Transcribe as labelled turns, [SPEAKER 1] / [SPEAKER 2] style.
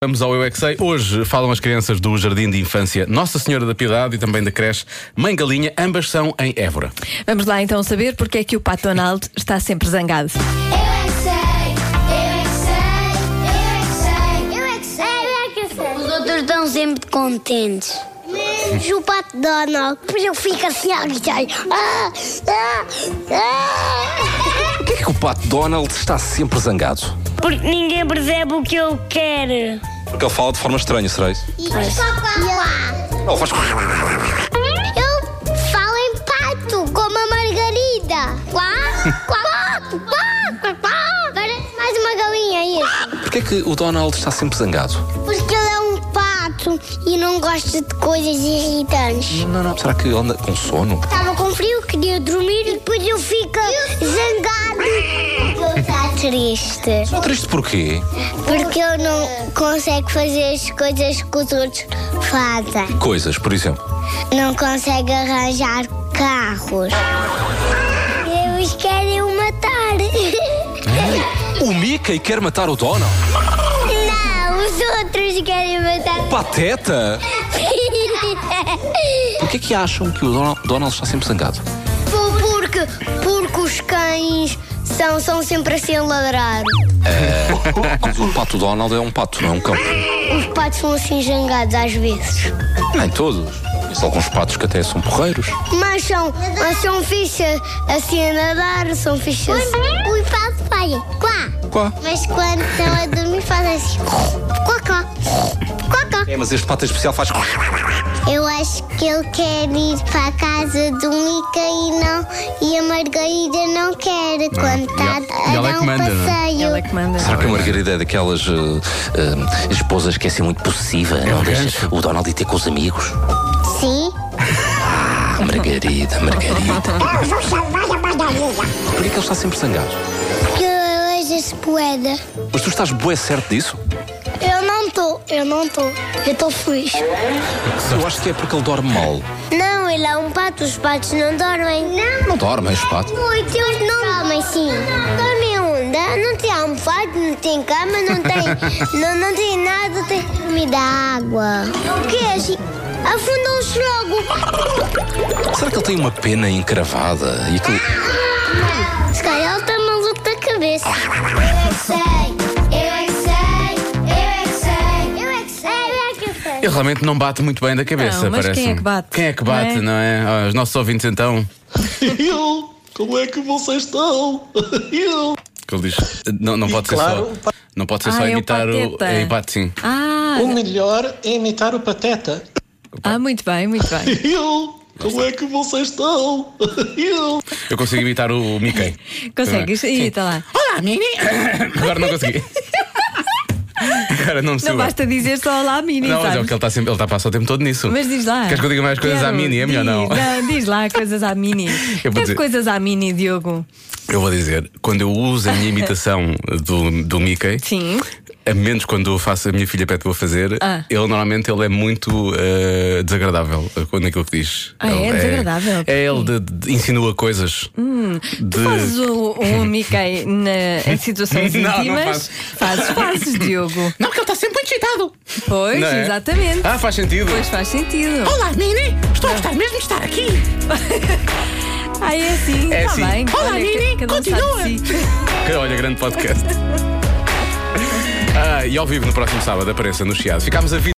[SPEAKER 1] Vamos ao Eu é que Sei. Hoje falam as crianças do Jardim de Infância Nossa Senhora da Piedade e também da creche Mãe Galinha. Ambas são em Évora.
[SPEAKER 2] Vamos lá então saber porque é que o Pato Donald está sempre zangado.
[SPEAKER 3] Eu é que sei, eu é que sei, eu é que sei, eu é que sei, eu é que sei.
[SPEAKER 4] Os outros dão sempre contentes.
[SPEAKER 3] Menos o pato Donald, depois eu fico assim a gritar. Ah, ah, ah.
[SPEAKER 5] Porquê que o Pato Donald está sempre zangado?
[SPEAKER 4] Porque ninguém percebe o que eu quero.
[SPEAKER 5] Porque ele fala de forma estranha, será isso?
[SPEAKER 3] E eu,
[SPEAKER 5] Não, faz...
[SPEAKER 3] eu falo em pato, como a Margarida. Quá, quá, pato, quá, quá, quá. Parece mais uma galinha isso.
[SPEAKER 5] Porquê que o Donald está sempre zangado?
[SPEAKER 3] Porque ele é um pato e não gosta de coisas irritantes.
[SPEAKER 5] Não, não. Será que ele anda com sono?
[SPEAKER 3] Estava com frio, queria dormir e depois eu fico zangado. Eu está triste.
[SPEAKER 5] Está triste porquê?
[SPEAKER 3] Porque eu não consigo fazer as coisas que os outros fazem.
[SPEAKER 5] Coisas, por exemplo.
[SPEAKER 3] Não consigo arranjar carros. Eles querem o matar.
[SPEAKER 5] O Mickey quer matar o Donald?
[SPEAKER 3] Não, os outros querem matar.
[SPEAKER 5] Pateta! Porquê que acham que o Donald, Donald está sempre zangado?
[SPEAKER 3] Porque, porque os cães são, são sempre assim a ladrar.
[SPEAKER 5] Mas o Pato Donald é um pato, não é um cão.
[SPEAKER 3] Os patos são assim jangados às vezes.
[SPEAKER 5] Nem todos. Existem alguns patos que até são porreiros.
[SPEAKER 3] Mas são, mas são fichas assim a nadar, são fichas.
[SPEAKER 2] é?
[SPEAKER 3] O pato falha. Quá.
[SPEAKER 5] Quá.
[SPEAKER 3] Mas quando estão a dormir fazem assim. Quá, quá. Quá, quá.
[SPEAKER 5] É, mas este pato em especial faz...
[SPEAKER 3] Eu acho que ele quer ir para a casa do Mica e não e a Margarida não quer quando está
[SPEAKER 1] e
[SPEAKER 3] a
[SPEAKER 1] ela é
[SPEAKER 3] dar
[SPEAKER 1] que
[SPEAKER 3] um
[SPEAKER 1] manda, não é?
[SPEAKER 3] passeio.
[SPEAKER 2] Ela é que manda.
[SPEAKER 5] Será que a Margarida é daquelas eh, eh, esposas que é assim muito possessiva? não deixa o Donald ir ter com os amigos?
[SPEAKER 3] Sim.
[SPEAKER 5] Ah, Margarida, Margarida. Porquê que ele está sempre zangado?
[SPEAKER 3] Porque eu hoje se poeda.
[SPEAKER 5] Mas tu estás bué certo disso?
[SPEAKER 3] Eu não estou, eu não estou. Eu estou feliz.
[SPEAKER 5] Eu acho que é porque ele dorme mal.
[SPEAKER 3] Não, ele é um pato, os patos não dormem. Não.
[SPEAKER 5] Não dorme, és pato.
[SPEAKER 3] Muito, eles não dormem, sim. Dormem onda, não tem almofado, não tem cama, não tem. não, não tem nada, tem. Me dá água. O que é? Afundam-se logo.
[SPEAKER 5] Será que ele tem uma pena encravada? E que...
[SPEAKER 3] Se calhar ele está maluco da cabeça. é Eu é que sei, eu é que sei, eu é que sei, eu é que sei, eu é que sei.
[SPEAKER 1] Ele realmente não bate muito bem da cabeça,
[SPEAKER 2] Não, mas
[SPEAKER 1] parece.
[SPEAKER 2] quem é que bate?
[SPEAKER 1] Quem é que bate, não
[SPEAKER 2] Não
[SPEAKER 1] é? Ah, os nossos ouvintes então.
[SPEAKER 6] Eu? Como é que vocês estão? Eu?
[SPEAKER 1] Que ele diz. Não, não pode
[SPEAKER 6] claro,
[SPEAKER 1] ser só. Não pode ser só
[SPEAKER 2] Ah, é o
[SPEAKER 1] imitar
[SPEAKER 2] Pateta.
[SPEAKER 1] É, bate sim.
[SPEAKER 2] Ah,
[SPEAKER 6] O melhor é imitar o Pateta.
[SPEAKER 2] ah, muito bem, muito bem.
[SPEAKER 6] Eu? Como é que vocês estão? Eu?
[SPEAKER 1] Eu consigo imitar o Mickey.
[SPEAKER 2] Consegues?
[SPEAKER 1] Sim.
[SPEAKER 2] E está lá.
[SPEAKER 1] Olá, Mini! Agora não consegui. Agora não me
[SPEAKER 2] Não
[SPEAKER 1] segura.
[SPEAKER 2] basta dizer só lá, mini,
[SPEAKER 1] Não, mas é
[SPEAKER 2] sabes?
[SPEAKER 1] o que ele está sempre. Ele está a passar o tempo todo nisso.
[SPEAKER 2] Mas diz lá.
[SPEAKER 1] Queres que eu diga mais coisas
[SPEAKER 2] Quero.
[SPEAKER 1] à Mini? É melhor
[SPEAKER 2] diz,
[SPEAKER 1] não.
[SPEAKER 2] Diz lá coisas à mini.
[SPEAKER 1] vou
[SPEAKER 2] Queres
[SPEAKER 1] dizer-
[SPEAKER 2] coisas à mini, Diogo?
[SPEAKER 1] Eu vou dizer, quando eu uso a minha imitação do, do Mickey,
[SPEAKER 2] Sim.
[SPEAKER 1] a menos quando eu faço a minha filha pede-o a fazer,
[SPEAKER 2] Ah.
[SPEAKER 1] ele normalmente ele é muito eh, desagradável eh, quando aquilo que diz.
[SPEAKER 2] Ah, é?
[SPEAKER 1] Ele
[SPEAKER 2] Desagradável? Hum,
[SPEAKER 1] É, ele de- de- insinua coisas. de-
[SPEAKER 2] Fazes o, o Mickey na, em situações
[SPEAKER 1] Não, não
[SPEAKER 2] íntimas.
[SPEAKER 1] faço.
[SPEAKER 2] fazes, fazes, Diogo.
[SPEAKER 1] Não, porque ele está sempre muito excitado.
[SPEAKER 2] Pois,
[SPEAKER 1] Não é?
[SPEAKER 2] exatamente.
[SPEAKER 1] Ah, faz sentido.
[SPEAKER 2] Pois faz sentido.
[SPEAKER 1] Olá, Mini! Estou a gostar mesmo de estar aqui.
[SPEAKER 2] Ah, é assim,
[SPEAKER 1] É
[SPEAKER 2] está
[SPEAKER 1] assim.
[SPEAKER 2] bem.
[SPEAKER 1] Olá,
[SPEAKER 2] Olha,
[SPEAKER 1] Mini,
[SPEAKER 2] cada um sabe de
[SPEAKER 1] continua.
[SPEAKER 2] si.
[SPEAKER 1] Que, Olha, grande podcast. Ah, e ao vivo no próximo sábado, apareça no Chiado. Ficámos a 20